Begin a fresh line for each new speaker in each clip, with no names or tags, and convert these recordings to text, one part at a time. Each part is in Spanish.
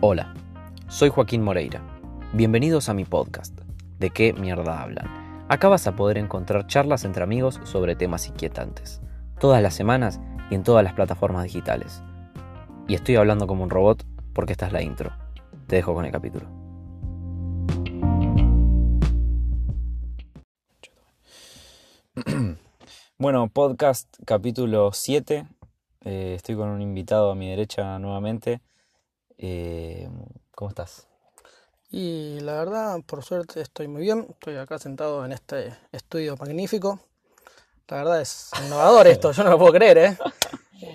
Hola, soy Joaquín Moreira. Bienvenidos a mi podcast, ¿De qué mierda hablan? Acá vas a poder encontrar charlas entre amigos sobre temas inquietantes, todas las semanas y en todas las plataformas digitales. Y estoy hablando como un robot porque esta es la intro. Te dejo con el capítulo.
Bueno, podcast capítulo 7. Eh, estoy con un invitado a mi derecha nuevamente. Eh, ¿Cómo estás?
Y la verdad, por suerte estoy muy bien. Estoy acá sentado en este estudio magnífico. La verdad es innovador esto, yo no lo puedo creer, ¿eh?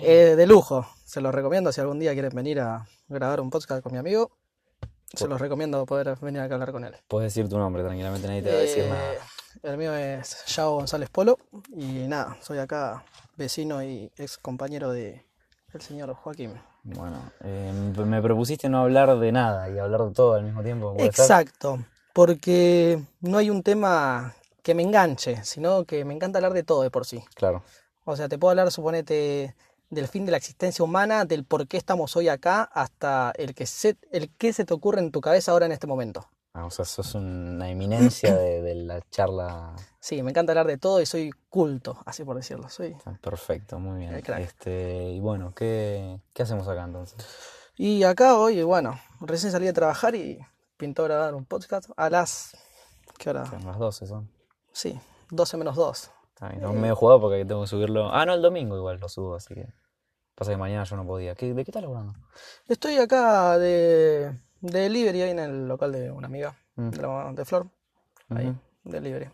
Eh, de lujo. Se los recomiendo si algún día quieren venir a grabar un podcast con mi amigo. Se los recomiendo poder venir acá a hablar con él.
Puedes decir tu nombre tranquilamente, nadie te va a decir
Eh,
nada.
El mío es Yao González Polo. Y nada, soy acá vecino y ex compañero de el señor Joaquín.
Bueno, eh, me propusiste no hablar de nada y hablar de todo al mismo tiempo. ¿puede ser?
Exacto, porque no hay un tema que me enganche, sino que me encanta hablar de todo de por sí.
Claro.
O sea, te puedo hablar, suponete, del fin de la existencia humana, del por qué estamos hoy acá, hasta el que se, el qué se te ocurre en tu cabeza ahora en este momento.
Ah, o sea, sos una eminencia de, de la charla.
Sí, me encanta hablar de todo y soy culto, así por decirlo. Soy.
Ah, Perfecto, muy bien.
Eh, crack.
Este, y bueno, ¿qué, qué hacemos acá entonces?
Y acá hoy, bueno, recién salí de trabajar y pintó grabar un podcast a las. ¿Qué hora?
Son las 12 son.
Sí, 12 menos 2.
Está bien, estamos medio jugado porque tengo que subirlo. Ah, no, el domingo igual lo subo, así que. Pasa que mañana yo no podía. ¿Qué- ¿De qué estás laburando?
Estoy acá de, de delivery ahí en el local de una amiga,
Mm.
de, la- de Flor. Ahí,
Ujú.
delivery.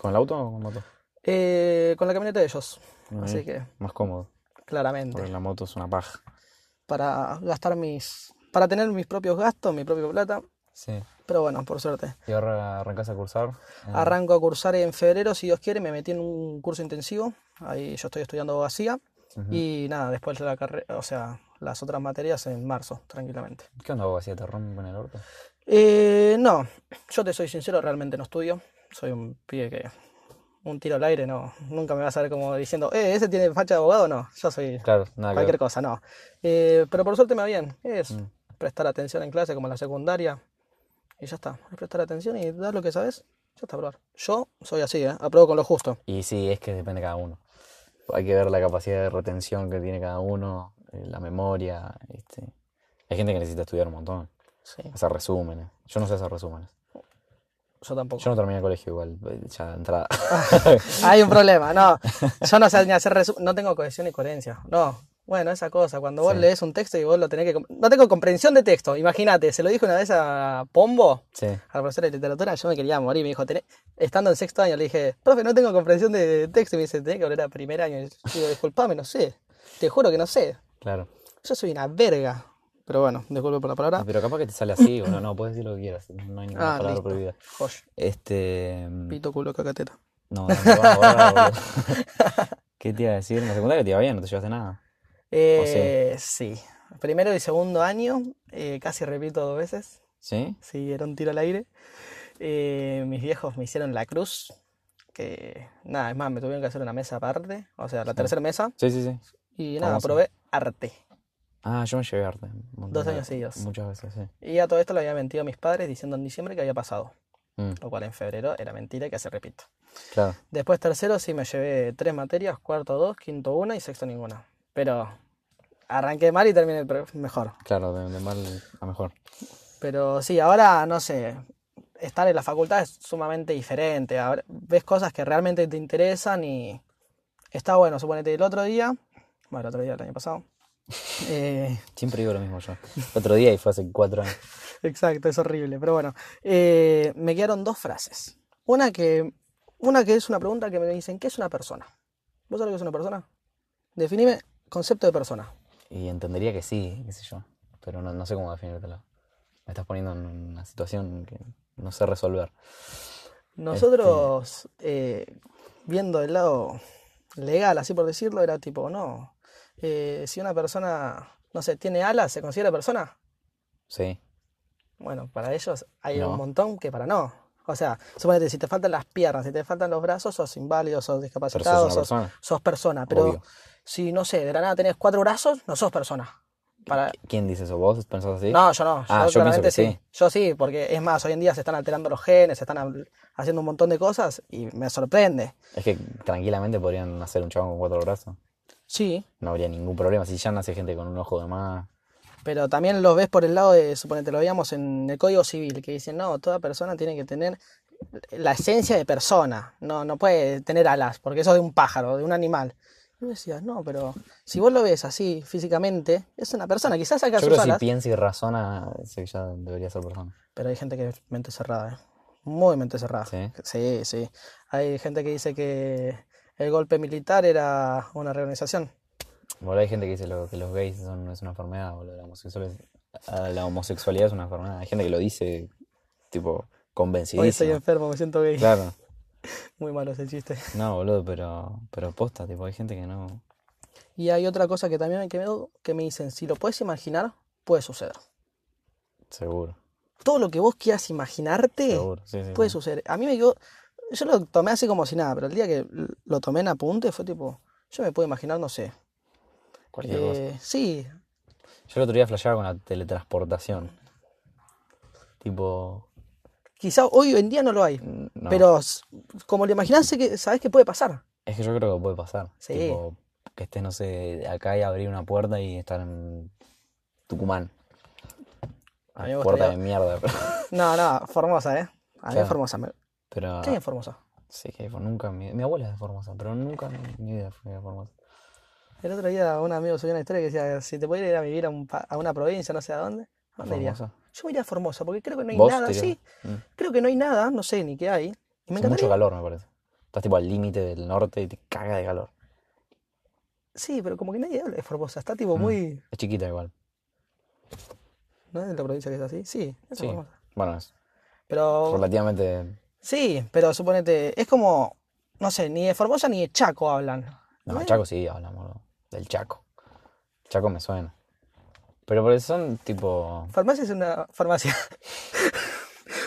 ¿Con el auto o con moto?
Eh, con la camioneta de ellos. Así
Ahí,
que,
Más cómodo,
claramente.
porque la moto es una paja.
Para gastar mis. Para tener mis propios gastos, mi propia plata.
Sí.
Pero bueno, por suerte.
¿Y ahora arrancás a cursar? Eh,
Arranco a cursar en febrero, si Dios quiere. Me metí en un curso intensivo. Ahí yo estoy estudiando abogacía.
Ujú.
Y nada, después la carrera. O sea, las otras materias en marzo, tranquilamente.
¿Qué onda vos? ¿Te rompen el orto?
Eh, no, yo te soy sincero, realmente no estudio. Soy un pibe que un tiro al aire, no, nunca me vas a ver como diciendo, eh, ese tiene facha de abogado, no, yo soy
Claro, nada que
cualquier
ver. Mm.
cosa, no. Eh, pero por suerte me va bien, es prestar atención en clase como en la secundaria y ya está, es prestar atención y dar lo que sabes, ya está, probar. Yo soy así, ¿eh? apruebo con lo justo.
Y sí, es que depende de cada uno. Hay que ver la capacidad de retención que tiene cada uno, eh, la memoria. Este. Hay gente que necesita estudiar un montón,
Sí,
hacer resúmenes. Yo no sé hacer resúmenes.
yo tampoco.
Yo no terminé el colegio igual, eh, ya de entrada.
Hay un problema, no. Yo no sé ni hacer resu- no tengo cohesión y coherencia. No. Bueno, esa cosa, cuando vos
Sí.
lees un texto y vos lo tenés que... com- No tengo comprensión de texto, imagínate, se lo dije una vez a Pombo,
Sí.
a la profesora de literatura, yo me quería morir, me dijo, "Tenés-". estando en sexto año, le dije, profe, no tengo comprensión de texto, y me dice, tenés que volver a primer año, y yo digo, disculpame, no sé, te juro que no sé,
Claro.
yo soy una verga, pero bueno, disculpe por la palabra,
Pero capaz que te sale así, o no, no, puedes decir lo que quieras. No hay ninguna
Ah,
palabra
listo.
prohibida.
Josh,
Este. mm,
pito, culo, cacateta.
No, no me va a borrar, boludo. ¿Qué te iba a decir? En la secundaria te iba bien, no te llevaste nada.
Eh, sí, primero y segundo año, eh, casi repito dos veces.
¿Sí?
Sí, era un tiro al aire. Eh, mis viejos me hicieron la cruz, que nada, es más, me tuvieron que hacer una mesa aparte, o sea, la tercera mesa,
Sí, sí, sí.
y nada,
Famoso.
probé arte.
Ah, yo me llevé arte. un montón
Dos
de-
años seguidos.
Muchas veces, sí.
Y a todo esto lo había mentido a mis padres diciendo en diciembre que había pasado,
Mm,
lo cual en febrero era mentira y que se repito.
claro.
Después tercero sí me llevé tres materias, cuarto dos, quinto una y sexto ninguna. Pero arranqué mal y terminé pre- mejor.
Claro, de, de mal a mejor.
Pero sí, ahora no sé, estar en la facultad es sumamente diferente. ahora ves cosas que realmente te interesan y está bueno. Suponete el otro día, bueno, el otro día, el año pasado. eh,
Siempre digo lo mismo yo. Otro día y fue hace cuatro años.
exacto, es horrible, pero bueno, eh, me quedaron dos frases. Una que, una que es una pregunta que me dicen, ¿qué es una persona? ¿Vos sabés lo que es una persona? Definime concepto de persona.
Y entendería que sí, qué sé yo. Pero no, no sé cómo definírtelo. Me estás poniendo en una situación que no sé resolver.
Nosotros,
Este.
eh, viendo el lado legal, así por decirlo, era tipo, no, eh, si una persona, no sé, tiene alas, ¿se considera persona?
Sí.
Bueno, para ellos hay
No.
un montón que para no. O sea, suponete, si te faltan las piernas, si te faltan los brazos, sos inválido, sos
Pero
discapacitado,
sos una
sos,
persona.
sos persona. Pero
Obvio.
si, no sé, de la nada tenés cuatro brazos, no sos persona. Para...
¿Quién dice eso? ¿Vos pensás así?
No, yo no. Yo,
Ah, yo pienso
claramente
que
sí.
sí.
Yo sí, porque es más, hoy en día se están alterando los genes, se están hab- haciendo un montón de cosas y me sorprende.
Es que tranquilamente podrían hacer un chabón con cuatro brazos.
Sí,
No habría ningún problema. Si ya nace gente con un ojo de más.
pero también lo ves por el lado de, suponete, lo veíamos en el Código Civil, que dicen, no, toda persona tiene que tener la esencia de persona, no, no puede tener alas, porque eso es de un pájaro, de un animal. Y vos decías, no, pero si vos lo ves así físicamente, es una persona, quizás saca
Yo
sus
creo que si
alas,
piensa y razona, ese ya debería ser persona.
pero hay gente que es mente cerrada, ¿eh? muy mente cerrada.
¿Sí?
Sí, sí. Hay gente que dice que el golpe militar era una reorganización.
Boludo, hay gente que dice lo- que los gays son, es una enfermedad, boludo. La homosexualidad, la homosexualidad es una enfermedad. Hay gente que lo dice, tipo,
Hoy estoy
convencidísima.
enfermo, me siento gay.
Claro.
Muy malo ese chiste.
No, boludo, pero, pero posta, tipo, hay gente que no.
Y hay otra cosa que también que me, que me dicen, si lo puedes imaginar, puede suceder.
Seguro.
Todo lo que vos quieras imaginarte
Seguro. Sí, sí,
puede
sí.
suceder. A mí me quedó, yo lo tomé así como si nada, pero el día que lo tomé en apunte fue tipo, yo me puedo imaginar, no sé.
Cualquier cosa.
eh, sí,
Yo el otro día flasheaba con la teletransportación. Tipo.
quizá hoy en día no lo hay,
no.
pero s- como lo imaginás, sé que, sabés que puede pasar.
Es que yo creo que puede pasar.
Sí.
Tipo, que estés, no sé, acá y abrir una puerta y estar en Tucumán.
A mí me
Ah, puerta
gustaría-
de mierda, pero.
No, no, Formosa, ¿eh? A mí
Claro. Ah.
Formosa. me-
pero-
¿Qué hay en Formosa?
Sí, que fue- nunca. Mi, mi abuela es de Formosa, pero nunca en mi vida fui a Formosa.
El otro día un amigo subió una historia que decía, si te pudiera ir a vivir a, un pa- a una provincia, no sé a dónde, ¿a
¿A
dónde irías?
Formosa?
Yo me iría a Formosa, porque creo que no hay
¿Vos
nada,
te irías?
sí,
Mm.
creo que no hay nada, no sé ni qué hay. Y me
Hace mucho
encantaría.
calor, me parece. Estás tipo al límite del norte y te caga de calor.
Sí, pero como que nadie habla de Formosa, está tipo
Mm.
muy.
Es chiquita igual.
¿No es de la provincia que es así? Sí, es
Sí.
Formosa.
Bueno, es
Pero.
relativamente.
Sí, pero suponete, es como. No sé, ni de Formosa ni de Chaco hablan.
No,
Bueno.
Chaco sí hablamos, boludo. Del Chaco. Chaco me suena. Pero por eso son tipo.
Farmacia es una. Farmacia.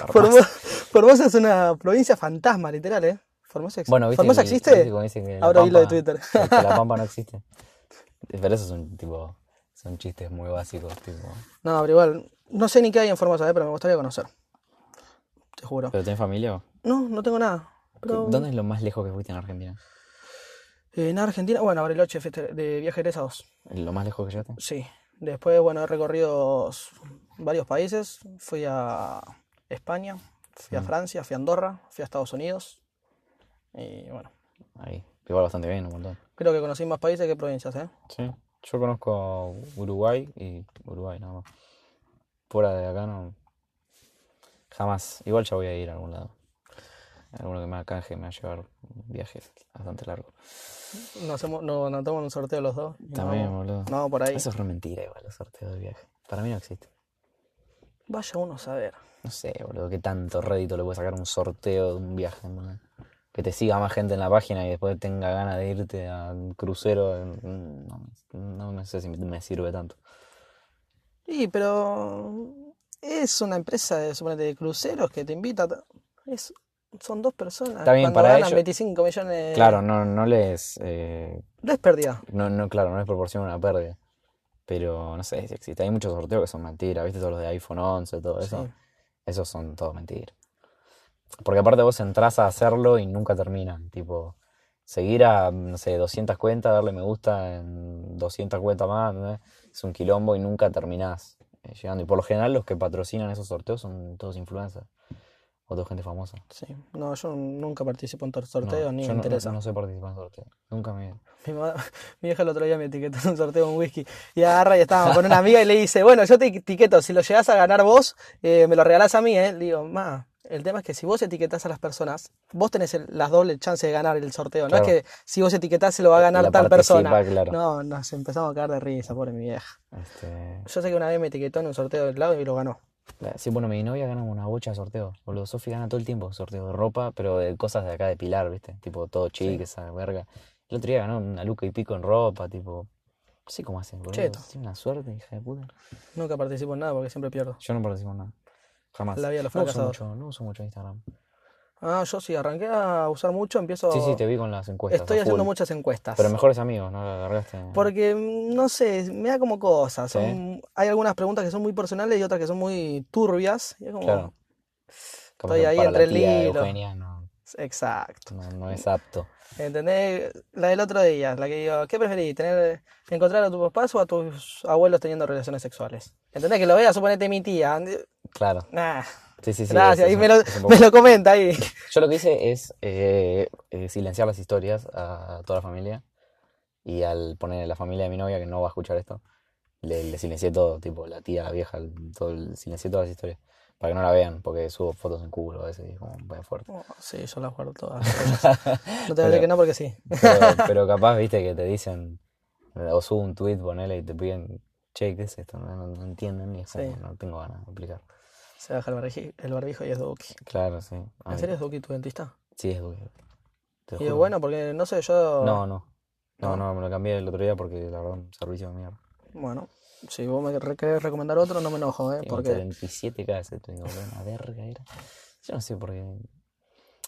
armas.
Formo- Formosa es una provincia fantasma, literal, ¿eh? Formosa, ex-
Bueno, ¿viste
Formosa
que- ¿eh?
existe.
viste como dicen que la
Abro hilo de
Pampa-
Twitter.
que la pampa no existe. Pero eso es un tipo. Son chistes muy básicos, tipo.
No, pero igual, no sé ni qué hay en Formosa, eh, pero me gustaría conocer. Te juro.
¿Pero tenés familia? o?
No, no tengo nada. Pero
¿Dónde es lo más lejos que fuiste en Argentina?
eh, en Argentina, bueno, Bariloche, fiesta de viaje egresados.
¿Lo más lejos que llegaste?
Sí. Después, bueno, he recorrido s- varios países. Fui a España, fui a
Sí.
Francia, fui a Andorra, fui a Estados Unidos. Y bueno,
Ahí. Igual bastante bien, un montón.
creo que conocí más países que provincias, ¿eh?
Sí. Yo conozco Uruguay y Uruguay nada más. Fuera de acá no. Jamás. Igual ya voy a ir a algún lado. Alguno que me haga canje, me va a llevar un viaje bastante largo.
Nos hacemos, no, nos tomamos un sorteo los dos. y nos
También,
vamos-
boludo.
nos vamos por ahí.
Eso es re mentira igual, los sorteos de viaje. Para mí no existe.
Vaya uno a saber.
No sé, boludo, qué tanto rédito le puede sacar un sorteo de un viaje, boludo. Que te siga más gente en la página y después tenga ganas de irte a un crucero. mm, No, no me sé si me- me sirve tanto.
Sí, pero es una empresa de, suponete, de cruceros que te invita. ta- Es, son dos personas.
Está bien,
Cuando
para
ganan
ellos-
25 millones.
Claro, no, no les. eh,
No es pérdida.
no, no, claro, no es proporción a una pérdida. Pero no sé si existe. Hay muchos sorteos que son mentiras, ¿viste? Todos los de iPhone 11, todo eso.
Sí.
Esos son todos mentiras. Porque aparte vos entras a hacerlo y nunca terminan. Tipo, seguir a, no sé, 200 cuentas, darle me gusta en 200 cuentas más, ¿no? es un quilombo y nunca terminás eh, llegando. Y por lo general los que patrocinan esos sorteos son todos influencers o toda gente famosa.
Sí. No, yo nunca participo en tor-
No,
sorteos ni
yo
me
no- no-
interesa.
No, sé participar en sorteos. Nunca me...
Mi, ma- mi vieja el otro día me etiquetó en un sorteo de un whisky y agarra y estábamos con una amiga y le dice, bueno, yo te etiqueto, si lo llegás a ganar vos, eh, me lo regalás a mí, ¿eh? Le digo, ma, el tema es que si vos etiquetás a las personas, vos tenés el- las dobles chances de ganar el sorteo. No
Claro.
es que si vos etiquetás se lo va a ganar
La
tal persona.
participa, claro.
No, nos empezamos a caer de risa, pobre mi vieja.
Este...
Yo sé que una vez me etiquetó en un sorteo del lado y lo ganó.
La- Sí, bueno, mi novia gana una bocha de sorteos. Boludo, Sofi gana todo el tiempo sorteos de ropa, pero de cosas de acá de Pilar, ¿viste? Tipo todo chic, esa verga. El otro día ganó una luca y pico en ropa, tipo. No sé cómo hacen, boludo.
Cheto.
Tiene una suerte, hija de puta.
Nunca participo en nada porque siempre pierdo.
Yo no participo en nada. Jamás.
La vida de los
no uso
fracasados.
mucho, no uso mucho Instagram.
Ah, yo sí, arranqué a usar mucho, empiezo...
Sí, sí, te vi con las encuestas. a
Estoy haciendo
full.
muchas encuestas.
Pero mejores amigos, ¿no? La largaste.
Porque, mm, no sé, me da como cosas.
Sí.
Son- hay algunas preguntas que son muy personales y otras que son muy turbias. Y es como,
Claro. Capaz
estoy
que
ahí
para
entre
la
el
tía de
hilo.
Eugenia no,
exacto.
no, no es apto.
¿Entendés? La del otro día, la que digo, ¿qué preferís? Tener, ¿Encontrar a tus papás o a tus abuelos teniendo relaciones sexuales? ¿Entendés? Que lo vea, suponete mi tía.
Claro.
Nah,
Sí, sí, sí.
gracias.
es- es
ahí
un-
me, lo,
es un poco-
me lo comenta ahí.
Yo lo que hice es eh, eh, silenciar las historias a toda la familia. Y al poner a la familia de mi novia, que no va a escuchar esto, le, le silencié todo, tipo la tía, la vieja, el- todo, el- silencié todas las historias. Para que no la vean, porque subo fotos en culo a veces y es como bien fuerte.
Oh, sí, yo las guardo todas. No te voy a decir que no porque sí.
Pero, pero capaz, viste, que te dicen, o subo un tweet, ponele y te piden, che, ¿qué es esto? No, no- no entienden y es como,
Sí.
no tengo ganas de explicar.
Se baja el, barbijo- el barbijo y es Doki.
Claro, sí.
¿En
Ay,
serio es Doki tu dentista?
Sí, es duro. Te
Y digo,
juro.
bueno, porque no sé, yo...
No, no. No,
No.
no, me lo cambié el otro día porque la verdad un servicio de mierda.
Bueno, si vos me re- querés recomendar otro, no me enojo, ¿eh?
Tengo
Porque
37K ese, te digo, boludo, una verga era. Yo no sé por qué.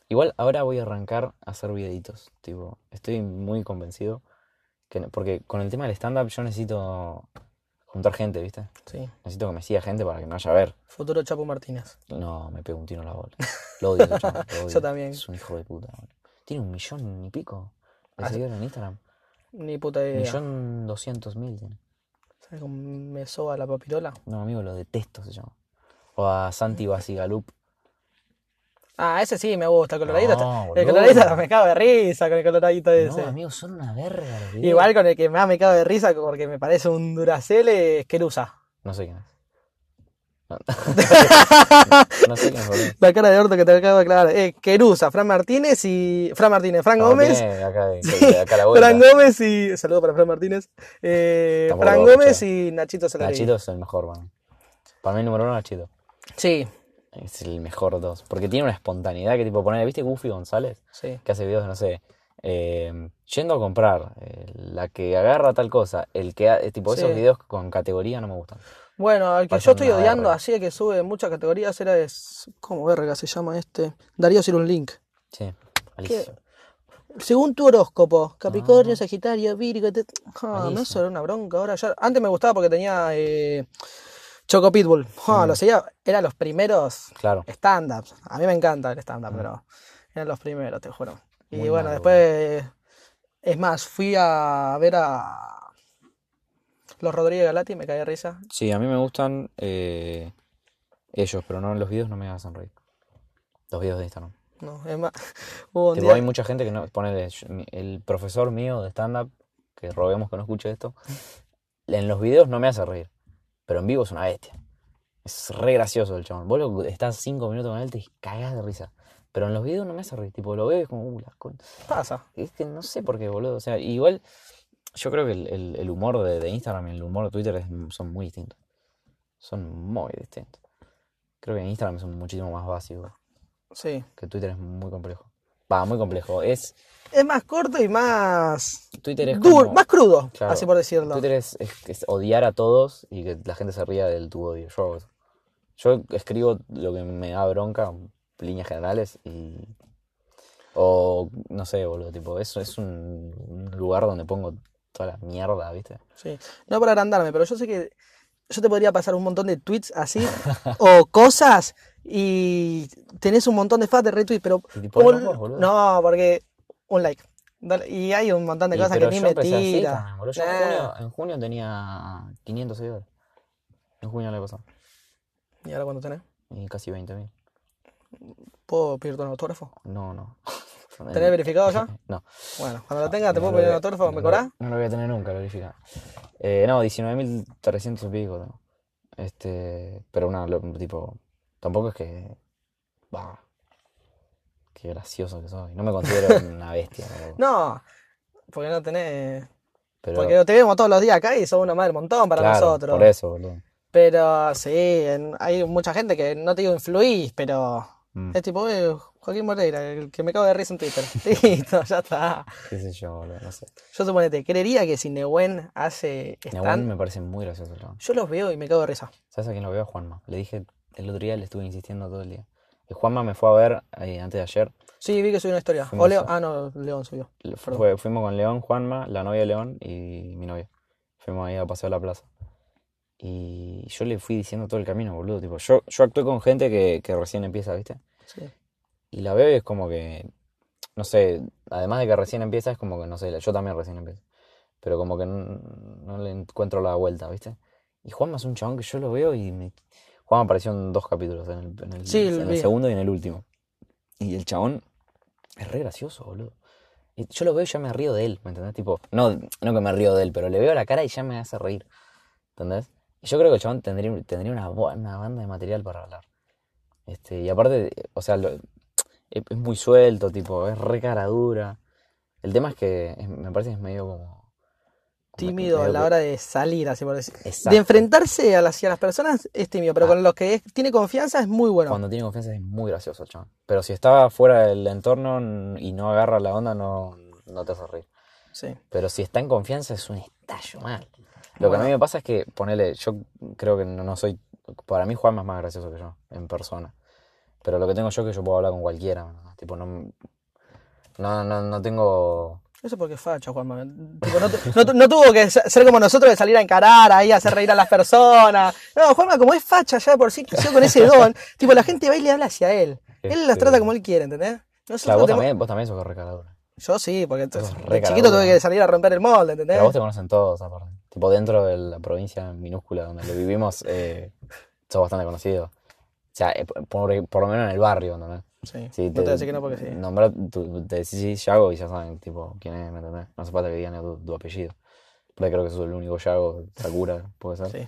Igual ahora voy a arrancar a hacer videitos, tipo, estoy muy convencido que no- porque con el tema del stand up yo necesito juntar gente, ¿viste?
sí.
Necesito que me siga gente para que me vaya a ver.
Futuro Chapo Martínez.
No, me pego un tiro en la bola. Lo odio, ese chabón, lo odio.
también.
Es un hijo de puta, boludo. Tiene un millón y pico de
Ah, sí.
seguidores en Instagram.
Ni puta idea.
Millón doscientos mil tiene.
¿Sabes cómo me soba la papirola?
No, amigo, lo detesto se llama. O a Santi Basigalup.
Ah, ese sí me gusta, coloradito. está-
No,
el
boludo.
coloradito me cago de risa con el coloradito ese.
No, amigo, son una verga los videos.
Igual con el que más me cago de risa porque me parece un Duracell es Kerusa.
No sé quién es. No, no sé quién es, boludo.
La cara de orto que te acabo de aclarar. Eh, Kerusa, Fran Martínez y. Fran Martínez, Fran
No,
Gómez.
tiene acá, de-
Sí,
de acá a la vuelta.
Fran Gómez y. Saludo para Fran Martínez. Eh,
Tampoco
Fran
lo va a
Gómez
escuchar.
y Nachito Solari.
Nachito es el mejor, mano. Para mí el número uno es Nachito.
Sí,
Es el mejor dos. Porque tiene una espontaneidad que tipo poner, ¿viste Goofy González?
sí.
Que hace videos de, no sé, eh, yendo a comprar, eh, la que agarra tal cosa, el que, ha- eh, tipo, esos
Sí.
videos con categoría no me gustan.
Bueno, al que yo
Pasan
estoy
una
odiando,
verga.
así de que sube en muchas categorías, era es. ¿Cómo verga se llama este? Darío un Link.
Sí,
Que,
malísimo.
según tu horóscopo, Capricornio,
Ah.
Sagitario, Virgo, te- Ah, no, eso era una bronca. Ahora ya. Antes me gustaba porque tenía eh, Choco Pitbull. Ah,
Mm.
lo seguía. Eran los primeros
Claro.
stand-ups. A mí me encanta el stand-up, pero eran los primeros, te juro. Y
Mm. Muy
bueno,
malo,
después. Es más, fui a ver a. Los Rodríguez Galati, me caí de risa.
Sí, a mí me gustan eh, ellos, pero no los videos no me hacen reír. Los videos de Instagram.
No, es más. Hubo un
Tipo,
día-
hay mucha gente que no. Ponele, yo- mi- el profesor mío de stand-up, que roguemos que no escuche esto, en los videos no me hace reír, pero en vivo es una bestia. Es re gracioso el chabón. Vos lo- estás cinco minutos con él, te cagás de risa. Pero en los videos no me hace reír. Tipo, lo veo y es como, uh, la con-
pasa.
Es que Este, no sé por qué, boludo. O sea, igual yo creo que el, el- el humor de, de Instagram y el humor de Twitter es- son muy distintos. Son muy distintos. Creo que en Instagram son muchísimo más básicos.
Sí.
Que Twitter es muy complejo. Va, muy complejo. Es.
Es más corto y más.
Twitter es
duro,
como-
más crudo,
claro,
así por decirlo.
Twitter es, es- es odiar a todos y que la gente se ría del tu odio. Yo, hago eso. yo escribo lo que me da bronca, líneas generales y. O no sé, boludo. Tipo, eso es un, un lugar donde pongo toda la mierda, ¿viste?
Sí. No para agrandarme, pero yo sé que yo te podría pasar un montón de tweets así o cosas y tenés un montón de fans de retweets, pero
Y tipo,
como
no,
l-
vos, boludo.
no, porque un like. Dale, Y hay un montón de
Y
cosas que
pero
ni
yo
me
empecé así
tira. Eh,
también, boludo. Yo en,
Nah.
junio, en junio tenía 500 seguidores. En junio la cosa.
¿Y ahora cuando tenés?
Y casi 20.000.
¿Puedo pedirte un autógrafo?
No, no.
¿Tenés verificado ya?
No.
Bueno, cuando lo tengas, ¿te
No
puedo
lo
pedir un
voy-
autógrafo? ¿Me
no lo-
cobrás?
No lo voy a tener nunca, verificado. no, 19.300 y pico. tengo. Este, pero una, lo- tipo, tampoco es que... Bah, qué gracioso que soy. No me considero una bestia. tampoco.
No, porque no tenés.
pero,
Porque te vemos todos los días acá y sos una madre montón para
claro,
nosotros.
por eso, boludo.
Pero sí, en- hay mucha gente que no te digo influís, pero
Mm.
es tipo, eh, Joaquín Moreira, el que me cago de risa en Twitter. Listo, ya está.
Qué sé yo, boludo, no sé.
Yo suponete, creería que si Nehuen hace
Nahuel
stand,
me parece muy gracioso. el chabón.
yo los veo y me cago de risa.
¿Sabes a quién lo veo? A Juanma. Le dije el otro día, le estuve insistiendo todo el día. Y Juanma me fue a ver eh, antes de ayer.
Sí, vi que subió una historia.
Fuimos
O Leo,
a-
ah, no, León subió.
Lo-
Perdón.
fue- fuimos con León, Juanma, la novia de León y mi novia. Fuimos ahí a paseo a la plaza. Y yo le fui diciendo todo el camino, boludo. Tipo, yo, yo actué con gente que, que recién empieza, ¿viste?
Sí.
Y la veo y es como que, no sé, además de que recién empieza, es como que, no sé, la- yo también recién empiezo. Pero como que no, no le encuentro la vuelta, ¿viste? Y Juanma es un chabón que yo lo veo y me... Juanma apareció en dos capítulos, en el, en el-
Sí,
en
lo
el
vi.
segundo y en el último. Y el chabón es re gracioso, boludo. Y Yo lo veo y ya me río de él, ¿me entendés? Tipo, no, no que me río de él, pero le veo la cara y ya me hace reír, ¿entendés? Y yo creo que el chabón tendría, tendría una buena banda de material para hablar. Este, y aparte, o sea, lo- es, es muy suelto, tipo, es re cara dura. El tema es que es- me parece que es medio como...
Tímido
medio
a la
que-
hora de salir, así por decir.
Exacto.
De enfrentarse a las, a las personas es tímido, pero
Ah.
con los que es- tiene confianza es muy bueno.
Cuando tiene confianza es muy gracioso el chabón. Pero si está fuera del entorno n- y no agarra la onda, no, no te hace reír.
Sí.
Pero si está en confianza es un estallo mal. Lo que a mí me pasa es que, ponele, yo creo que no, no soy... Para mí Juanma es más gracioso que yo, en persona. Pero lo que tengo yo es que yo puedo hablar con cualquiera. ¿no? Tipo, no, no, no, no tengo...
Eso porque es facha, Juanma. Tipo, no, tu- no tu- no tuvo que ser como nosotros de salir a encarar ahí, a hacer reír a las personas. No, Juanma, como es facha ya de por sí, creció con ese don. Tipo, la gente va y le habla hacia él. Él las
Este.
trata como él quiere, ¿entendés? Nosotros
Claro, vos,
tenemos-
también, vos también sos recaladora.
Yo sí, porque entonces,
Sos re
de chiquito
caradudo.
tuve que salir a romper el molde, ¿entendés?
Pero vos te conocen todos, aparte. Tipo, dentro de la provincia minúscula donde lo vivimos, eh, sos bastante conocido. O sea, eh, por, por lo menos en el barrio, ¿entendés?
Sí,
Si
no te voy a decir que no porque sí.
nombrá tu- te decís sí, Yago y ya saben, tipo, quién es, ¿me entendés? No hace falta que digan tu, tu apellido. Pero creo que sos el único Yago, Sakura, puede ser.
Sí.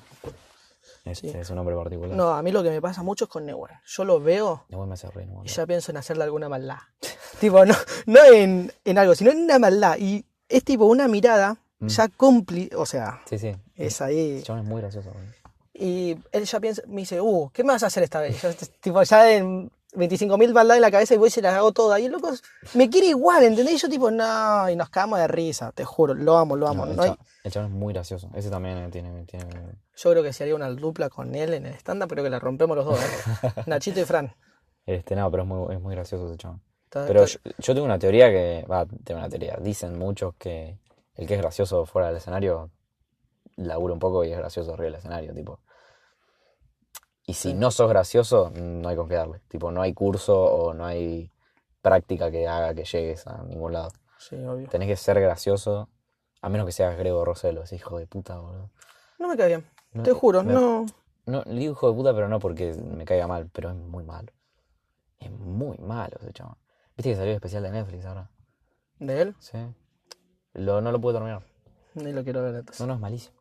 Este,
Sí.
Es un nombre particular.
No, a mí lo que me pasa mucho es con Newell. Yo lo veo
No me hace reír, no,
y ya pienso en hacerle alguna maldad. tipo, no, no en, en algo, sino en una maldad. Y es tipo una mirada ya cumplí, o sea,
Sí, sí.
es ahí.
El chabón es muy gracioso. boludo.
Y él ya piensa, me dice, uh, ¿qué me vas a hacer esta vez? Ya, t- tipo, ya en 25.000 baldas en la cabeza y voy y se las hago todas. Y el loco me quiere igual, ¿entendés? Y yo tipo, no, y nos cagamos de risa, te juro, lo amo, lo amo.
No, el,
no hay-
cha- el chabón es muy gracioso. Ese también eh, tiene... tiene...
Yo creo que si haría una dupla con él en el stand-up, creo que la rompemos los dos, ¿eh? Nachito y Fran.
Este, no, pero es muy, es muy gracioso ese chabón.
Está-
Pero
está-
yo, yo tengo una teoría que, va, tengo una teoría. Dicen muchos que el que es gracioso fuera del escenario labura un poco y es gracioso arriba del escenario, tipo. Y si no sos gracioso, no hay con qué darle. Tipo, no hay curso o no hay práctica que haga que llegues a ningún lado.
Sí, obvio.
Tenés que ser gracioso, a menos que seas Grego Roselo, ese hijo de puta, boludo.
No me cae bien.
No,
Te juro,
me-
no.
No, le digo hijo de puta, pero no porque me caiga mal, pero es muy malo. Es muy malo ese chabón. Viste que salió el especial de Netflix ahora.
De él,
Sí. Lo, no lo pude terminar.
ni lo quiero ver entonces.
No, no, es malísimo.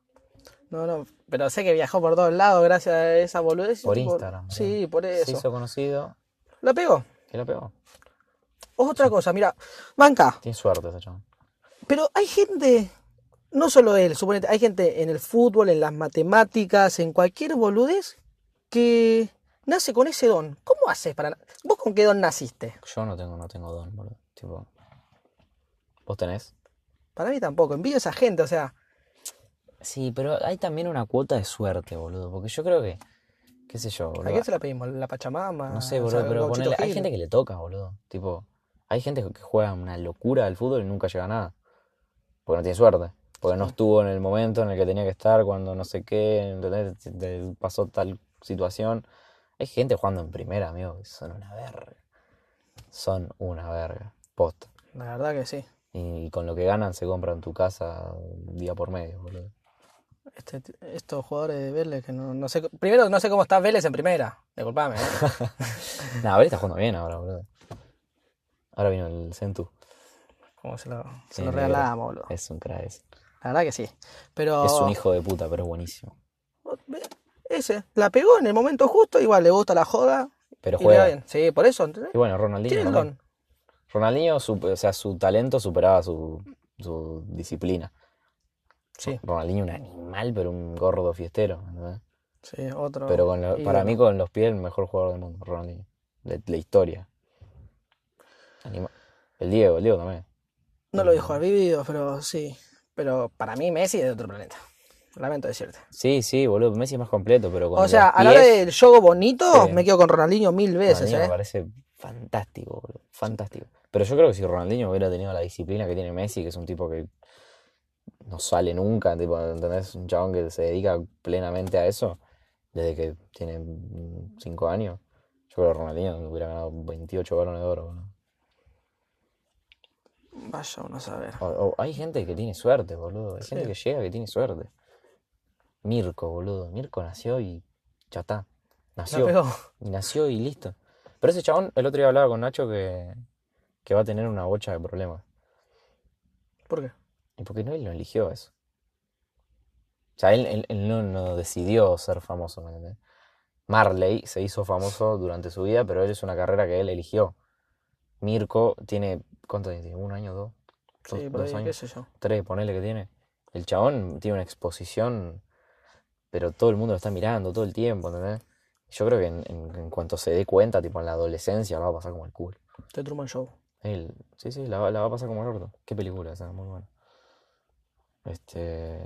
No, no. Pero sé que viajó por todos lados gracias a esa boludez. y
Por
tipo-
Instagram,
Sí,
sí.
por
Se
eso.
hizo conocido
La pegó.
y la pegó.
Otra cosa, mira, banca.
Tiene suerte ese chabón.
Pero hay gente, no solo él, suponete, hay gente en el fútbol, en las matemáticas, en cualquier boludez que nace con ese don. ¿Cómo haces para.? na- ¿Vos con qué don naciste?
Yo no tengo, no tengo don, boludo. Tipo. ¿Vos tenés?
Para mí tampoco. Envidio a esa gente, o sea.
Sí, pero hay también una cuota de suerte, boludo. Porque yo creo que. ¿Qué sé yo,
¿A
boludo? ah.
quién se la pedimos? ¿La Pachamama?
No sé,
O
boludo,
sea,
pero
Gauchito
ponele- hay
Gil.
gente que le toca, boludo. Tipo, hay gente que juega una locura al fútbol y nunca llega a nada. Porque no tiene suerte. Porque no estuvo en el momento en el que tenía que estar, cuando no sé qué, ¿entendés? Te- te pasó tal situación. Hay gente jugando en primera, amigo, que son una verga. Son una verga. Posta.
La verdad que sí.
Y con lo que ganan se compran tu casa día por medio, boludo.
Este- estos jugadores de Vélez que no, no sé. Primero, no sé cómo está Vélez en primera. Disculpame. ¿eh?
Nah, Abel está jugando bien ahora, boludo. Ahora vino el Centu.
Cómo se lo, se
Sí,
lo
negro.
regalamos, boludo.
Es un crack ese.
La verdad que sí. Pero.
Es un hijo de puta, pero es buenísimo.
Ese. La pegó en el momento justo. Igual le gusta la joda.
Pero
y le va
juega.
bien. Sí, por eso. ¿entendés?
Y bueno, Ronaldinho.
Tiene el
también.
don.
Ronaldinho, su- o sea, su talento superaba su, su disciplina.
Sí,
Ronaldinho, un animal, pero un gordo fiestero. ¿entendés?
sí, otro.
Pero con lo-
Y
para
bueno,
mí, con los pies, el mejor jugador del mundo, Ronaldinho. De la historia. Anima- El Diego, el Diego también.
No lo dijo al vivido, pero sí. Pero para mí Messi es de otro planeta. Lamento decirte.
Sí, sí, boludo. Messi es más completo, pero con
O sea,
los
a la hora
pies,
del juego bonito,
Sí.
me quedo con Ronaldinho mil veces,
Ronaldinho
¿eh?
me parece fantástico, boludo. Fantástico. Pero yo creo que si Ronaldinho hubiera tenido la disciplina que tiene Messi, que es un tipo que no sale nunca, tipo, ¿entendés? Un chabón que se dedica plenamente a eso desde que tiene 5 años. Yo creo que Ronaldinho hubiera ganado 28 balones de oro, boludo.
¿eh? Vaya uno a saber.
O- o hay gente que tiene suerte, boludo. Hay gente
Sí.
que llega que tiene suerte. Mirko, boludo. Mirko nació y ya está.
La
Nació.
pegó.
Y nació y listo. Pero ese chabón, el otro día hablaba con Nacho que, que va a tener una bocha de problemas.
¿Por qué?
Y porque no él lo eligió eso. O sea, él, él- él no, no decidió ser famoso, ¿me entendés? Marley se hizo famoso durante su vida, pero él es una carrera que él eligió. Mirko tiene, ¿cuánto tiene? ¿Un año, dos? Dos,
Sí, por
dos
ahí, qué
años
sé yo.
tres, ponele que tiene. El chabón tiene una exposición, pero todo el mundo lo está mirando todo el tiempo, ¿entendés? Yo creo que en, en- en cuanto se dé cuenta, tipo en la adolescencia, la va a pasar como el culo.
The Truman Show.
Él, sí, sí, la, va- la va a pasar como el orto. Qué película esa, muy buena. Este,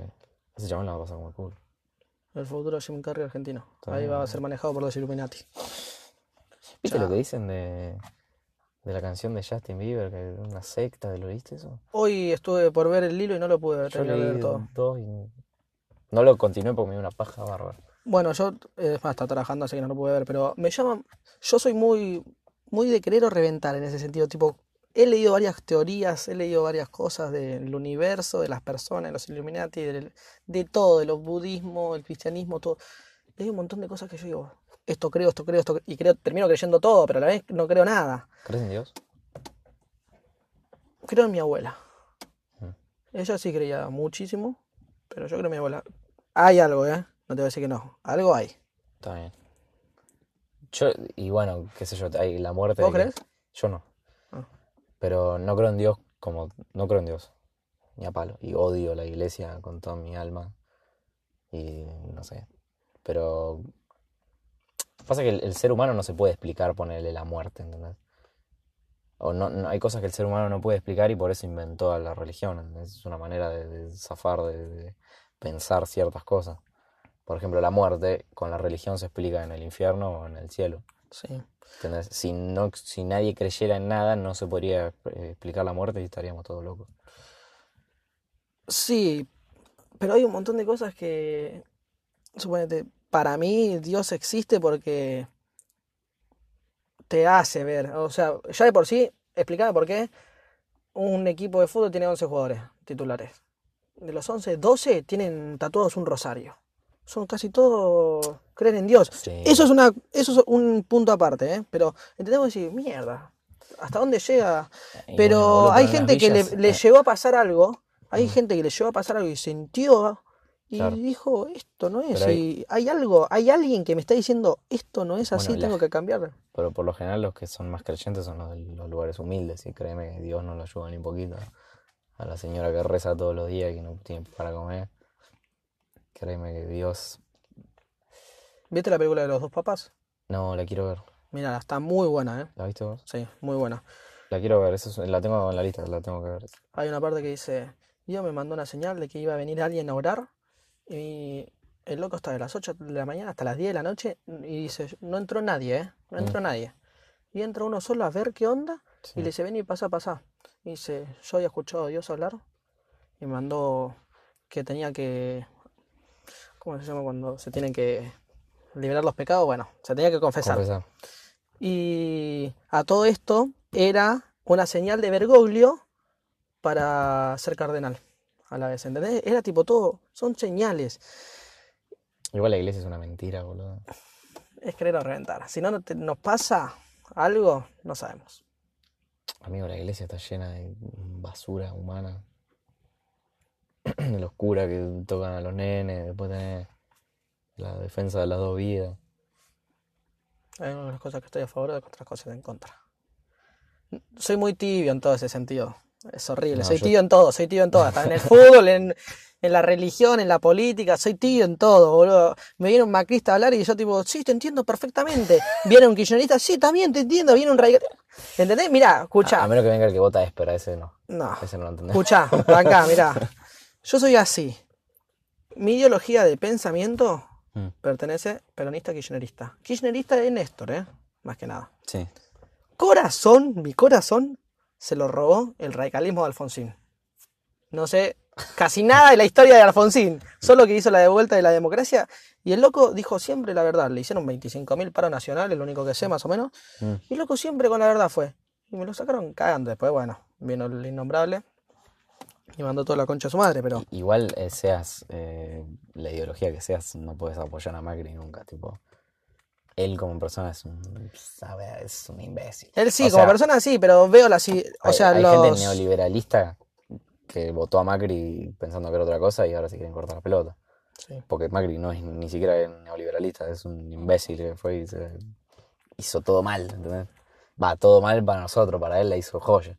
ese chabón la va a pasar como el culo.
El futuro Jim Carrey argentino.
Está
Ahí
bien.
va a ser manejado por los Illuminati.
¿Viste lo
Chao.
que dicen de, de la canción de Justin Bieber, que es una secta, ¿lo viste eso?
Hoy estuve por ver el hilo y no lo pude ver,
Yo
terminé de ver
leí
todo.
dos y no lo continué porque me dio una paja bárbara.
Bueno, yo, eh, es más, está trabajando, así que no lo pude ver, pero me llama. Yo soy muy, muy de querer o reventar en ese sentido. Tipo, he leído varias teorías, he leído varias cosas del universo, de las personas, de los Illuminati, del- de todo, de los budismos, el cristianismo, todo. Hay un montón de cosas que yo digo, esto creo, esto creo, esto creo, y creo, termino creyendo todo, pero a la vez no creo nada.
¿Crees en Dios?
Creo en mi abuela.
Ah.
Ella sí creía muchísimo, pero yo creo en mi abuela. Hay algo, ¿eh? No te voy a decir que no. Algo hay.
Está bien. Yo, y bueno, qué sé yo, hay la muerte.
¿Vos
de que-
crees?
Yo no.
Ah.
Pero no creo en Dios como. No creo en Dios. Ni a palo. Y odio la iglesia con toda mi alma. Y no sé. Pero. Pasa que el, el ser humano no se puede explicar ponerle la muerte, ¿entendés? O no, no- hay cosas que el ser humano no puede explicar y por eso inventó a la religión. ¿entendés? Es una manera de, de zafar, de, de pensar ciertas cosas. Por ejemplo, la muerte con la religión se explica en el infierno o en el cielo.
Sí.
¿Entendés? Si, no, si nadie creyera en nada, no se podría eh, explicar la muerte y estaríamos todos locos.
Sí, pero hay un montón de cosas que, suponete, para mí Dios existe porque te hace ver. O sea, ya de por sí, explicame por qué un equipo de fútbol tiene 11 jugadores titulares. De los 11, 12 tienen tatuados un rosario. Son casi todos creen en Dios.
Sí.
Eso es una, eso es un punto aparte, ¿eh? Pero entendemos decir, mierda, ¿hasta dónde llega?
Y
Pero
bueno, boludo,
hay
pero en las
gente que le,
villas,
le
eh,
llegó a pasar algo, hay gente que le llegó a pasar algo y sintió y
Claro.
dijo, esto no es,
Pero hay-
y hay algo, hay alguien que me está diciendo, esto no es así,
Bueno, la-
tengo que cambiar.
Pero por lo general los que son más creyentes son los de los lugares humildes y créeme que Dios no lo ayuda ni un poquito. A la señora que reza todos los días y que no tiene para comer. Créeme que Dios...
¿Viste la película de los dos papás?
No, la quiero ver.
Mira, está muy buena, ¿eh?
¿La viste vos?
Sí, muy buena.
La quiero ver. Eso es- la tengo en la lista, la tengo que ver.
Hay una parte que dice, Dios me mandó una señal de que iba a venir alguien a orar y el loco está de las 8 de la mañana hasta las 10 de la noche y dice, no entró nadie, ¿eh? No entró
Mm.
nadie. Y entra uno solo a ver qué onda
Sí.
y le dice, ven y pasa, pasa. Y dice, yo había escuchado a Dios hablar y me mandó que tenía que... ¿Cómo se llama cuando se tienen que liberar los pecados? Bueno, se tenía que confesar.
Confesar.
Y a todo esto era una señal de Bergoglio para ser cardenal a la vez, ¿entendés? Era tipo todo, son señales.
Igual la iglesia es una mentira, boludo.
Es querer o reventar. Si no no te- nos pasa algo, no sabemos.
Amigo, la iglesia está llena de basura humana. De los curas que tocan a los nenes, después tenés la defensa de las dos vidas.
Hay unas cosas que estoy a favor y otras cosas en contra. Soy muy tibio en todo ese sentido. Es horrible.
No,
soy
yo-
tibio en todo, soy tibio en todo. Hasta en el fútbol, en, en la religión, en la política. Soy tibio en todo, boludo. Me viene un macrista a hablar y yo tipo, sí, te entiendo perfectamente. Viene un kirchnerista, sí, también te entiendo. Viene un radical. ¿Entendés? Mirá,
A,
escuchá.
Ah, a menos que venga el que vota espera, ese no.
No.
Ese no lo entendés.
Escuchá, acá, mirá. Yo soy así. Mi ideología de pensamiento
Mm.
pertenece peronista kirchnerista. Kirchnerista de Néstor, ¿eh? Más que nada.
Sí.
Corazón, mi corazón, se lo robó el radicalismo de Alfonsín. No sé casi nada de la historia de Alfonsín, solo que hizo la devuelta de la democracia. Y el loco dijo siempre la verdad. Le hicieron 25.000 paro nacional, es lo único que sé más o menos.
Mm.
Y el loco siempre con la verdad fue. Y me lo sacaron cagando después. Bueno, vino el innombrable y mandó toda la concha a su madre, pero.
I- Igual eh, seas eh, la ideología que seas, no puedes apoyar a Macri nunca. Tipo, él como persona es un, sabe, es un imbécil.
Él sí,
O
como
sea,
persona sí, pero veo la sí. O
hay,
sea,
hay
los.
gente neoliberalista que votó a Macri pensando que era otra cosa y ahora se quieren cortar la pelota.
Sí.
Porque Macri no es ni siquiera neoliberalista, es un imbécil que fue y se- hizo todo mal, ¿entendés? Va, todo mal para nosotros, para él la hizo joya.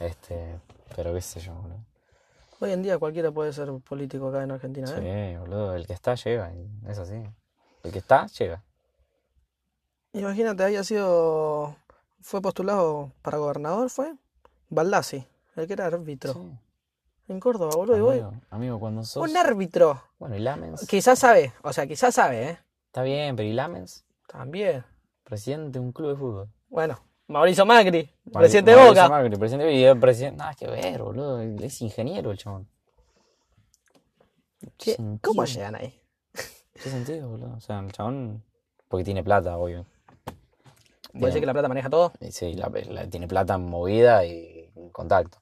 Este, pero qué sé yo, boludo.
Hoy en día cualquiera puede ser político acá en Argentina, ¿eh?
Sí, boludo, el que está llega, y es así. El que está llega.
Imagínate, había sido. Fue postulado para gobernador, fue Baldassi, el que era árbitro.
Sí,
En Córdoba, boludo. y voy-
amigo, amigo, cuando sos.
Un árbitro.
Bueno, y Lamens.
Quizás sabe, o sea, quizás sabe, ¿eh?
Está bien, pero y Lamens,
También.
presidente de un club de fútbol.
Bueno, Mauricio Macri,
Mauri-
presidente de
Mauricio
Boca.
Macri, presidente de Boca, y el presidente. Nada que ver, boludo. Es ingeniero el chabón.
Che,
Sentido,
¿Cómo llegan ahí?
¿Qué sentido, boludo? O sea, el chabón. Porque tiene plata, obvio.
¿Vos decís que la plata maneja todo?
Y Sí, la- la- tiene plata movida y en contacto.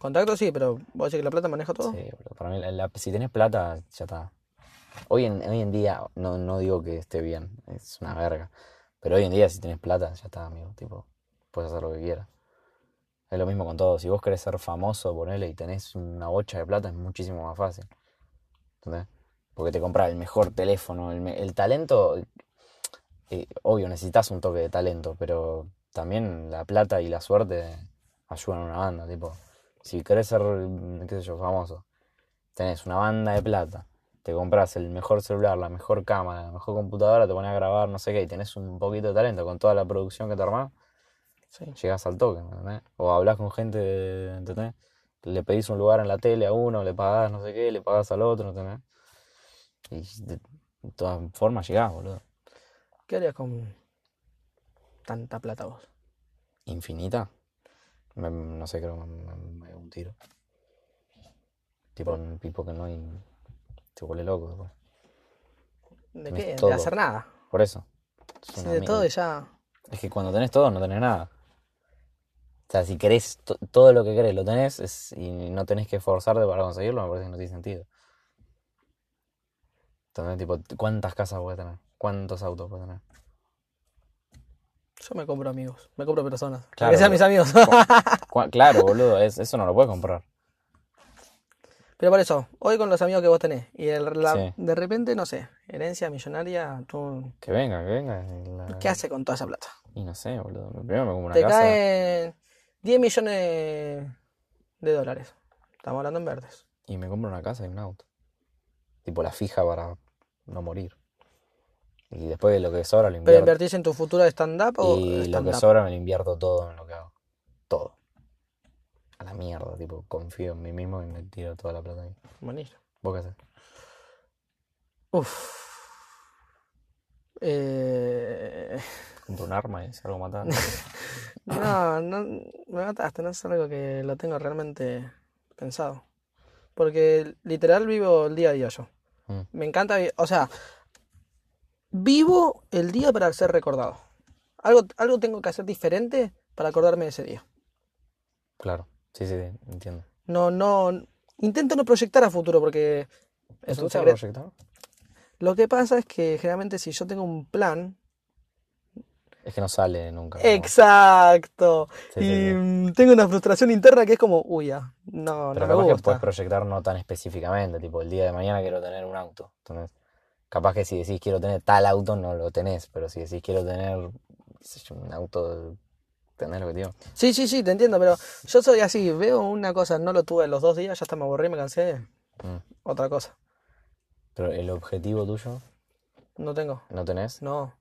Contacto sí, pero ¿vos decís que la plata maneja todo?
Sí, boludo, para mí, la- la- si tenés plata, ya está. Hoy en, hoy en día, no, no digo que esté bien, es una verga. Pero hoy en día, si tenés plata, ya está, amigo. Tipo, puedes hacer lo que quieras. Es lo mismo con todo. Si vos querés ser famoso, ponele, y tenés una bocha de plata, es muchísimo más fácil. ¿Entendés? Porque te compras el mejor teléfono, el, me- el talento. eh, obvio, necesitas un toque de talento, pero también la plata y la suerte ayudan a una banda. Tipo, si querés ser, mm, qué sé yo, famoso, tenés una banda de plata, te compras el mejor celular, la mejor cámara, la mejor computadora, te pones a grabar, no sé qué, y tenés un poquito de talento con toda la producción que te armás,
Sí.
llegás al toque, ¿me ¿entendés? O hablas con gente, de- ¿entendés? Le pedís un lugar en la tele a uno, le pagás no sé qué, le pagás al otro, ¿entendés? Y de, de todas formas llegás, boludo.
¿Qué harías con tanta plata vos?
Infinita. Me- no sé, creo que me, me- me dio un tiro. Tipo, un tipo que no hay. Te vuelve loco después.
¿De
Tenés
qué?
todo.
De hacer nada.
Por eso. Es
Sí,
una
de
mi-
todo y ya.
Es que cuando tenés todo, no tenés nada. O sea, si querés to- todo lo que querés, lo tenés es- y no tenés que esforzarte para conseguirlo, me parece que no tiene sentido. Entonces, tipo, ¿cuántas casas puedes tener? ¿Cuántos autos puedes tener?
Yo me compro amigos, me compro personas.
Claro,
que sean
pero-
mis amigos.
Cu- Claro, boludo, es- eso no lo puedes comprar.
Pero por eso, hoy con los amigos que vos tenés, y el- la-
Sí.
de repente, no sé, herencia millonaria, tú,
Que venga, que venga. y la-
¿qué haces con toda esa plata?
Y no sé, boludo. Primero me compro una
Te
casa.
caen 10 millones de dólares. Estamos hablando en verdes.
Y me compro una casa y un auto. Tipo la fija para no morir. Y después de lo que sobra lo
¿Pero
invierto.
invertís en tu futuro de stand-up o
Y lo que
stand-up?
sobra me lo invierto todo en lo que hago. Todo. A la mierda, tipo, confío en mí mismo y me tiro toda la plata ahí.
Buenísimo.
¿Vos qué haces?
Uf. Eh,
Compro un arma y si algo matan.
No, no, me mataste, no es algo que lo tengo realmente pensado. Porque literal vivo el día a día yo.
Mm.
Me encanta, vi- o sea, vivo el día para ser recordado. Algo, algo tengo que hacer diferente para acordarme de ese día.
claro. Sí, sí, sí, entiendo.
No, no, intento no proyectar a futuro porque
¿Es
es un
un
secreto.
proyectado?
Lo que pasa es que generalmente si yo tengo un plan,
Es que no sale nunca. como-
exacto,
Sí, sí,
y
sí.
mm, tengo una frustración interna que es como, uy, ya, no,
Pero
no me
capaz que
gusta.
puedes proyectar no tan específicamente, tipo el día de mañana quiero tener un auto. Entonces, capaz que si decís quiero tener tal auto, no lo tenés, pero si decís quiero tener, qué sé yo, un auto, ¿entendés lo que te digo?
Sí, sí, sí, te entiendo, pero yo soy así, veo una cosa, no lo tuve en los dos días, ya hasta me aburrí, me cansé,
Mm.
otra cosa,
Pero el objetivo tuyo,
no tengo,
¿no tenés?
no.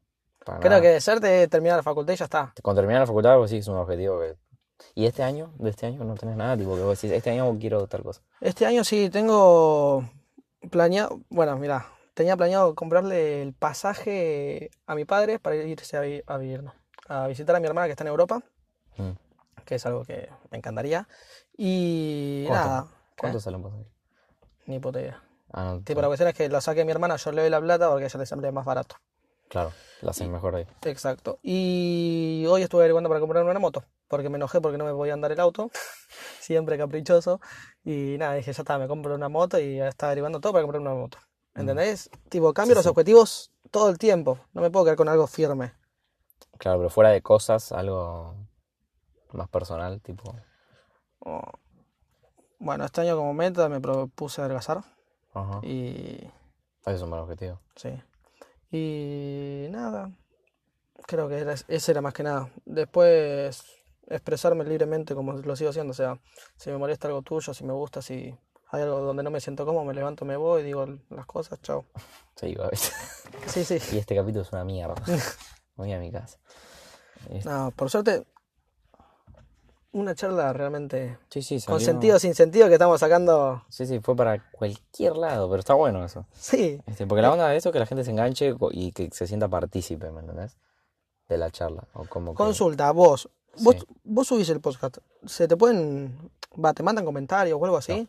Para
Creo
nada.
que de ser de terminar la facultad y ya está.
Con terminar la facultad, pues sí, es un objetivo que ¿Y este año? ¿De este año no tenés nada? Tipo, que vos decís, este año quiero tal cosa.
Este año sí tengo planeado, bueno, mira, tenía planeado comprarle el pasaje a mi padre para irse a, vi- a vivir, ¿no? a visitar a mi hermana que está en Europa,
Mm.
que es algo que me encantaría. Y
¿Cuánto?
nada, eh,
¿Cuánto sale un pasaje?
ni puta idea.
Ah, no,
Tipo, la cuestión es que lo saque mi hermana, yo le doy la plata porque a ella le sale más barato.
claro, la hacen mejor ahí.
Exacto. Y hoy estuve averiguando para comprarme una moto, porque me enojé porque no me podía andar el auto, siempre caprichoso. Y nada, dije, ya está, me compro una moto y ya estaba averiguando todo para comprar una moto. ¿Entendés? Tipo, cambio
Mm. Sí,
los
sí.
objetivos todo el tiempo. No me puedo quedar con algo firme.
Claro, pero fuera de cosas, algo más personal, tipo.
O- Oh. Bueno, este año como meta me propuse adelgazar
Ajá.
y
Ese es un buen objetivo.
sí. Y nada, creo que era, ese era más que nada. Después expresarme libremente como lo sigo haciendo, o sea, si me molesta algo tuyo, si me gusta, si hay algo donde no me siento cómodo, me levanto, me voy, digo las cosas, chao.
Se iba a veces.
Sí, sí.
Y este capítulo es una mierda. Voy a mi casa.
No, por suerte, una charla realmente
Sí, sí,
con
salió-
sentido, sin sentido que estamos sacando.
Sí, sí, fue para cualquier lado, pero está bueno eso.
Sí,
Este, porque la onda de eso es que la gente se enganche co- y que se sienta partícipe, ¿me entendés? De la charla. O como que-
Consulta, vos, vos,
Sí.
vos subís el podcast, se te pueden, va, te mandan comentarios o algo así.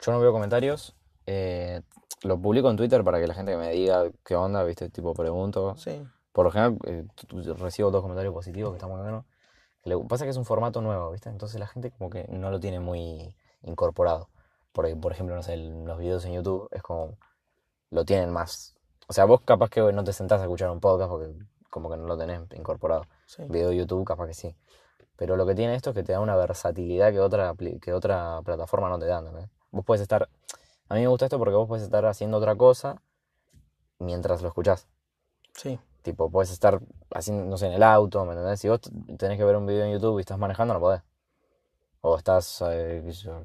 Yo no veo comentarios. eh, lo publico en Twitter para que la gente me diga qué onda, ¿viste? Tipo, pregunto.
Sí.
Por lo general, eh, t- t- recibo dos comentarios positivos que están muy buenos. Lo que pasa es que es un formato nuevo, ¿viste? Entonces la gente como que no lo tiene muy incorporado. Porque, por ejemplo, no sé, el- los videos en YouTube es como... Lo tienen más... O sea, vos capaz que no te sentás a escuchar un podcast porque como que no lo tenés incorporado.
Sí.
Video de YouTube capaz que sí. Pero lo que tiene esto es que te da una versatilidad que otra, apli- que otra plataforma no te da, ¿entendés? Vos puedes estar... A mí me gusta esto porque vos puedes estar haciendo otra cosa mientras lo escuchás.
Sí,
Tipo, puedes estar haciendo, no sé, en el auto, ¿me entendés? Si vos t- tenés que ver un video en YouTube y estás manejando, no podés. O estás eh, qué sé yo,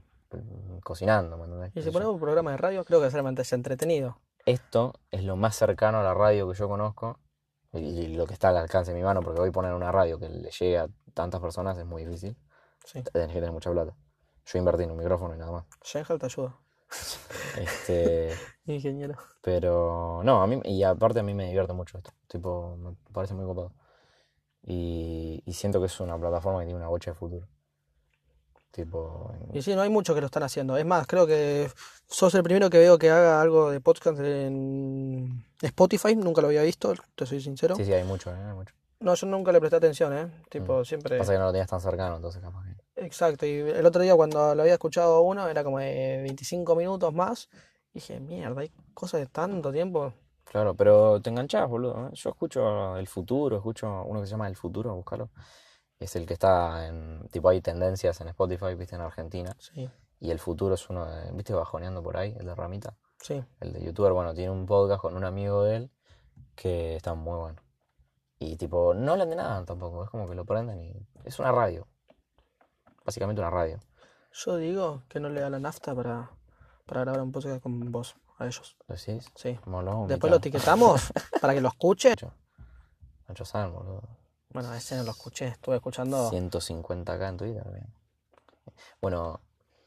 cocinando, ¿me entendés?
y
Qué
si
sé yo.
ponemos un programa de radio, creo que realmente es entretenido.
Esto es lo más cercano a la radio que yo conozco y, y lo que está al alcance de mi mano, porque hoy poner una radio que le llegue a tantas personas es muy difícil.
Sí,
Tenés que tener mucha plata. Yo invertí en un micrófono y nada más.
Shenhal te ayuda,
Este,
ingeniero.
pero no, a mí, y aparte a mí me divierte mucho esto. Tipo, me parece muy copado. Y, y siento que es una plataforma que tiene una bocha de futuro. Tipo, en-
Y sí, no hay muchos que lo están haciendo. Es más, creo que sos el primero que veo que haga algo de podcast en Spotify, nunca lo había visto, te soy sincero.
sí, sí, hay mucho, ¿eh? Hay mucho.
No, yo nunca le presté atención, ¿eh? Tipo, siempre...
Pasa que no lo tenías tan cercano, entonces capaz que.
Exacto, y el otro día cuando lo había escuchado uno era como de 25 minutos más. Dije, mierda, hay cosas de tanto tiempo.
Claro, pero te enganchás, boludo. ¿eh? Yo escucho El Futuro, escucho uno que se llama El Futuro, búscalo. Es el que está en. Tipo, hay tendencias en Spotify, viste, en Argentina.
Sí,
Y El Futuro es uno de. ¿Viste, bajoneando por ahí? El de Ramita.
sí,
El de youtuber, bueno, tiene un podcast con un amigo de él que está muy bueno. Y tipo, no hablan de nada tampoco, es como que lo prenden y. Es una radio. Básicamente una radio.
yo digo que no le da la nafta para, para grabar un podcast con vos, a ellos.
¿Lo decís?
Sí.
Como lo vamos a
Después lo
invitar.
etiquetamos para que lo escuche.
Nacho San, boludo.
Bueno, ese no lo escuché, estuve escuchando.
150k en Twitter, bien. Bueno,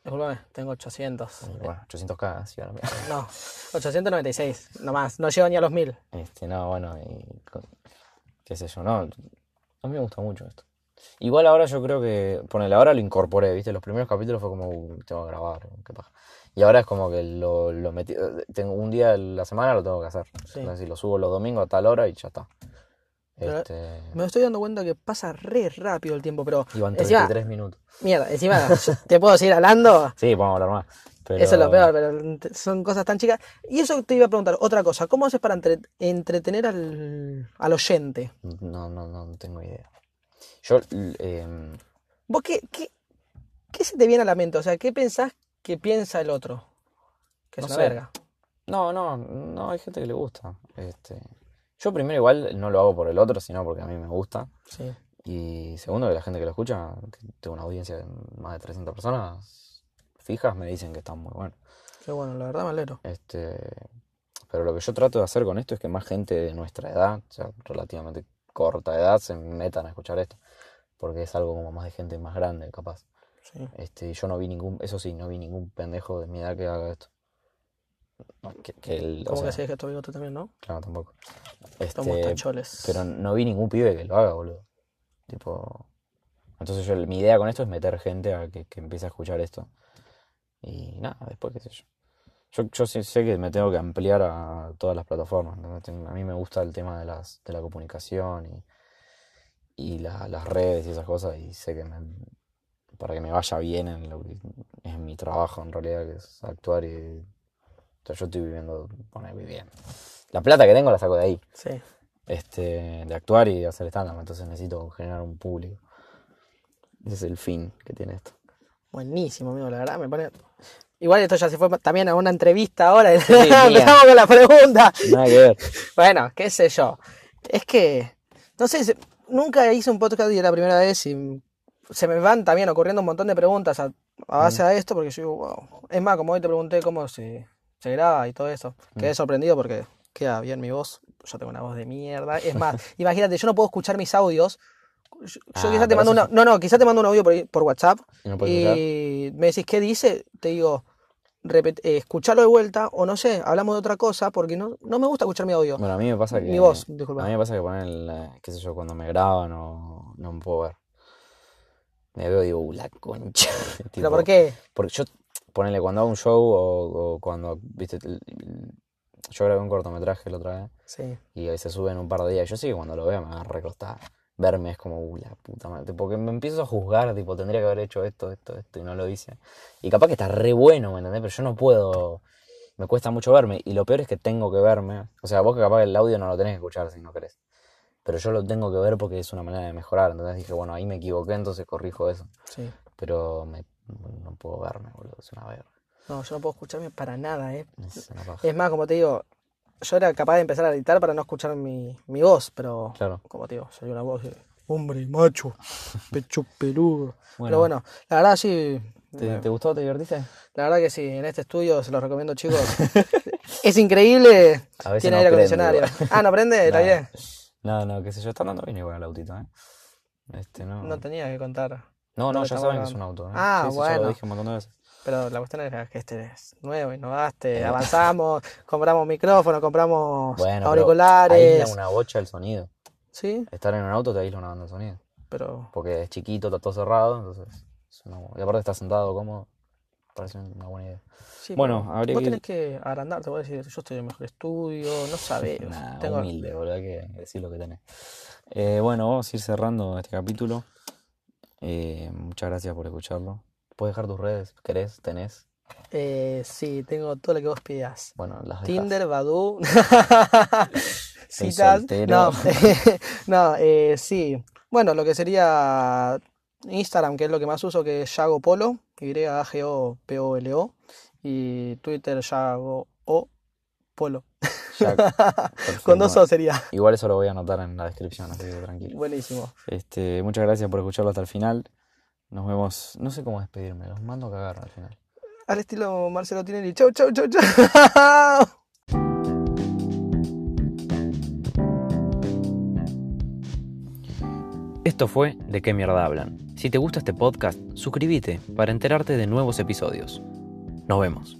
Disculpame, tengo 800.
bueno, 800k, sí, ahora mismo.
No, 896, nomás, no llego ni a los 1000.
Este, no, bueno, y co- qué sé yo, no. A mí me gusta mucho esto. Igual ahora yo creo que, ponele, ahora lo incorporé, ¿viste? Los primeros capítulos fue como, "Uh, tengo que grabar, qué paja. Y ahora es como que lo, lo metí, tengo un día de la semana lo tengo que hacer.
Sí.
Es decir, lo subo los domingos a tal hora y ya está.
Pero-
Este,
Me estoy dando cuenta que pasa re rápido el tiempo, pero
iban
encima,
33 minutos.
mierda, encima, te puedo seguir hablando.
Sí, podemos hablar más. Pero,
Eso es lo peor, pero te- son cosas tan chicas. Y eso te iba a preguntar, otra cosa, ¿cómo haces para entre- entretener al, al oyente?
No, no, no, no tengo idea. Yo, l- em,
¿Vos qué, qué, qué se te viene a la mente? O sea, ¿qué pensás que piensa el otro? Que es
No
una
sé.
verga.
No, no, no, hay gente que le gusta. Este, yo primero igual no lo hago por el otro, sino porque a mí me gusta.
Sí.
Y segundo, que la gente que lo escucha, que tengo una audiencia de más de 300 personas fijas, me dicen que están muy bueno.
Qué bueno, la verdad me alegro.
Este, pero lo que yo trato de hacer con esto es que más gente de nuestra edad, o sea, relativamente corta edad, se metan a escuchar esto. porque es algo como más de gente más grande, capaz.
Sí.
Este, yo no vi ningún, eso sí, no vi ningún pendejo de mi edad que haga esto. Que, que el- o
Como que
sea,
se deja tu bigote también, ¿no?
Claro, tampoco.
Somos
Este,
tacholes.
pero no vi ningún pibe que lo haga, boludo. Tipo. Entonces yo, mi idea con esto es meter gente a que, que empiece a escuchar esto. Y nada, después qué sé yo. Yo, yo sí sé que me tengo que ampliar a todas las plataformas. ¿entendés? Ten- A mí me gusta el tema de, las, de la comunicación y, y la- las redes y esas cosas. Y sé que me- para que me vaya bien en lo que es mi trabajo en realidad, que es actuar y... O sea, yo estoy viviendo, poner viviendo. La plata que tengo la saco de ahí
Sí.
este, de actuar y de hacer stand-up. Entonces necesito generar un público. Ese es el fin que tiene esto.
Buenísimo, amigo, la verdad me pone. Igual esto ya se fue pa- también a una entrevista ahora.
mía.
Empezamos con la pregunta.
Nada que ver.
Bueno, qué sé yo. Es que, no sé, se- nunca hice un podcast y es la primera vez y se me van también ocurriendo un montón de preguntas a, a
Mm.
base de esto porque yo digo, wow. Es más, como hoy te pregunté cómo se, se graba y todo eso,
Mm.
quedé sorprendido porque queda bien mi voz. Yo tengo una voz de mierda. Es más, imagínate, yo no puedo escuchar mis audios. Yo,
Ah,
quizás te
pero
mando
eso
una, no, no, quizás te mando un audio por, por WhatsApp
¿Y no puedes
Eh,
escuchar?
y me decís qué dice, te digo, repet- eh, escuchalo de vuelta o no sé, hablamos de otra cosa porque no, no me gusta escuchar mi audio.
Bueno, a mí me pasa que.
Mi voz, disculpa.
A mí me pasa que ponen, el, eh, qué sé yo, cuando me graban no, no me puedo ver. Me veo y digo, "Uh, la concha.
¿Pero
Tipo,
por qué?
Porque yo, ponele, cuando hago un show o, o cuando, viste, el- el- yo grabé un cortometraje la otra vez.
Sí.
Y ahí se suben un par de días. Yo sí que cuando lo veo me va a recostar. Verme es como, "Uh, la puta madre. tipo, Porque me empiezo a juzgar, tipo, tendría que haber hecho esto, esto, esto, y no lo hice. Y capaz que está re bueno, ¿me entendés? Pero yo no puedo. Me cuesta mucho verme. Y lo peor es que tengo que verme. O sea, vos que capaz el audio no lo tenés que escuchar si no querés. Pero yo lo tengo que ver porque es una manera de mejorar. Entonces dije, bueno, ahí me equivoqué, entonces corrijo eso.
Sí.
Pero me- no puedo verme, boludo. Es una verga.
No, yo no puedo escucharme para nada, ¿eh?
Es una paja.
Es más, como te digo, yo era capaz de empezar a editar para no escuchar mi, mi voz, pero
Claro.
como te digo, soy una voz de hombre macho, pecho peludo.
Bueno.
Pero bueno, la verdad sí,
¿Te, te gustó? ¿Te divertiste?
la verdad que sí, en este estudio se los recomiendo, chicos. es increíble,
A veces
tiene
no prende,
aire acondicionado.
igual.
Ah, ¿no prende? Está
No,
bien.
No, no, qué sé yo, está andando bien igual el autito, ¿eh? Este, no.
No tenía que contar.
no, no,
no
ya saben
estamos
que
grabando.
es un auto, ¿eh?
Ah,
Sí, sí, ya
bueno.
lo dije un montón de veces.
Pero la cuestión era que este es nuevo, innovaste, avanzamos, compramos micrófono, compramos
Eh. Bueno,
auriculares.
Pero aísla una bocha el sonido.
Sí,
Estar en un auto te aísla una banda el sonido.
pero
Porque es chiquito, está todo cerrado, entonces. es una bu- Y aparte está sentado cómodo. Parece una buena idea.
sí,
Bueno,
pero
habría
vos
que-
tenés que agrandarte, vos decir, yo estoy en el mejor estudio, no sabés.
Nah,
tengo-
humilde, boludo, hay que decir lo que tenés. Eh, bueno, vamos a ir cerrando este capítulo. Eh, muchas gracias por escucharlo. Puedes dejar tus redes, querés, tenés.
eh, sí, tengo todo lo que vos pidas.
Bueno, las dejas.
Tinder, Badoo,
Soy
citas.
soltero.
No, no eh, sí. Bueno, lo que sería Instagram, que es lo que más uso, que es Yago Polo, Y-A-G-O-P-O-L-O. Y Twitter, Yago O Polo.
Ya,
Con
perfecto.
dos O sería.
Igual eso lo voy a anotar en la descripción, así que tranquilo.
Buenísimo.
Este, muchas gracias por escucharlo hasta el final. Nos vemos. No sé cómo despedirme, los mando a cagar al final.
Al estilo Marcelo Tinelli. Chau, chau, chau, chau.
Esto fue De qué mierda hablan. Si te gusta este podcast, suscríbete para enterarte de nuevos episodios. Nos vemos.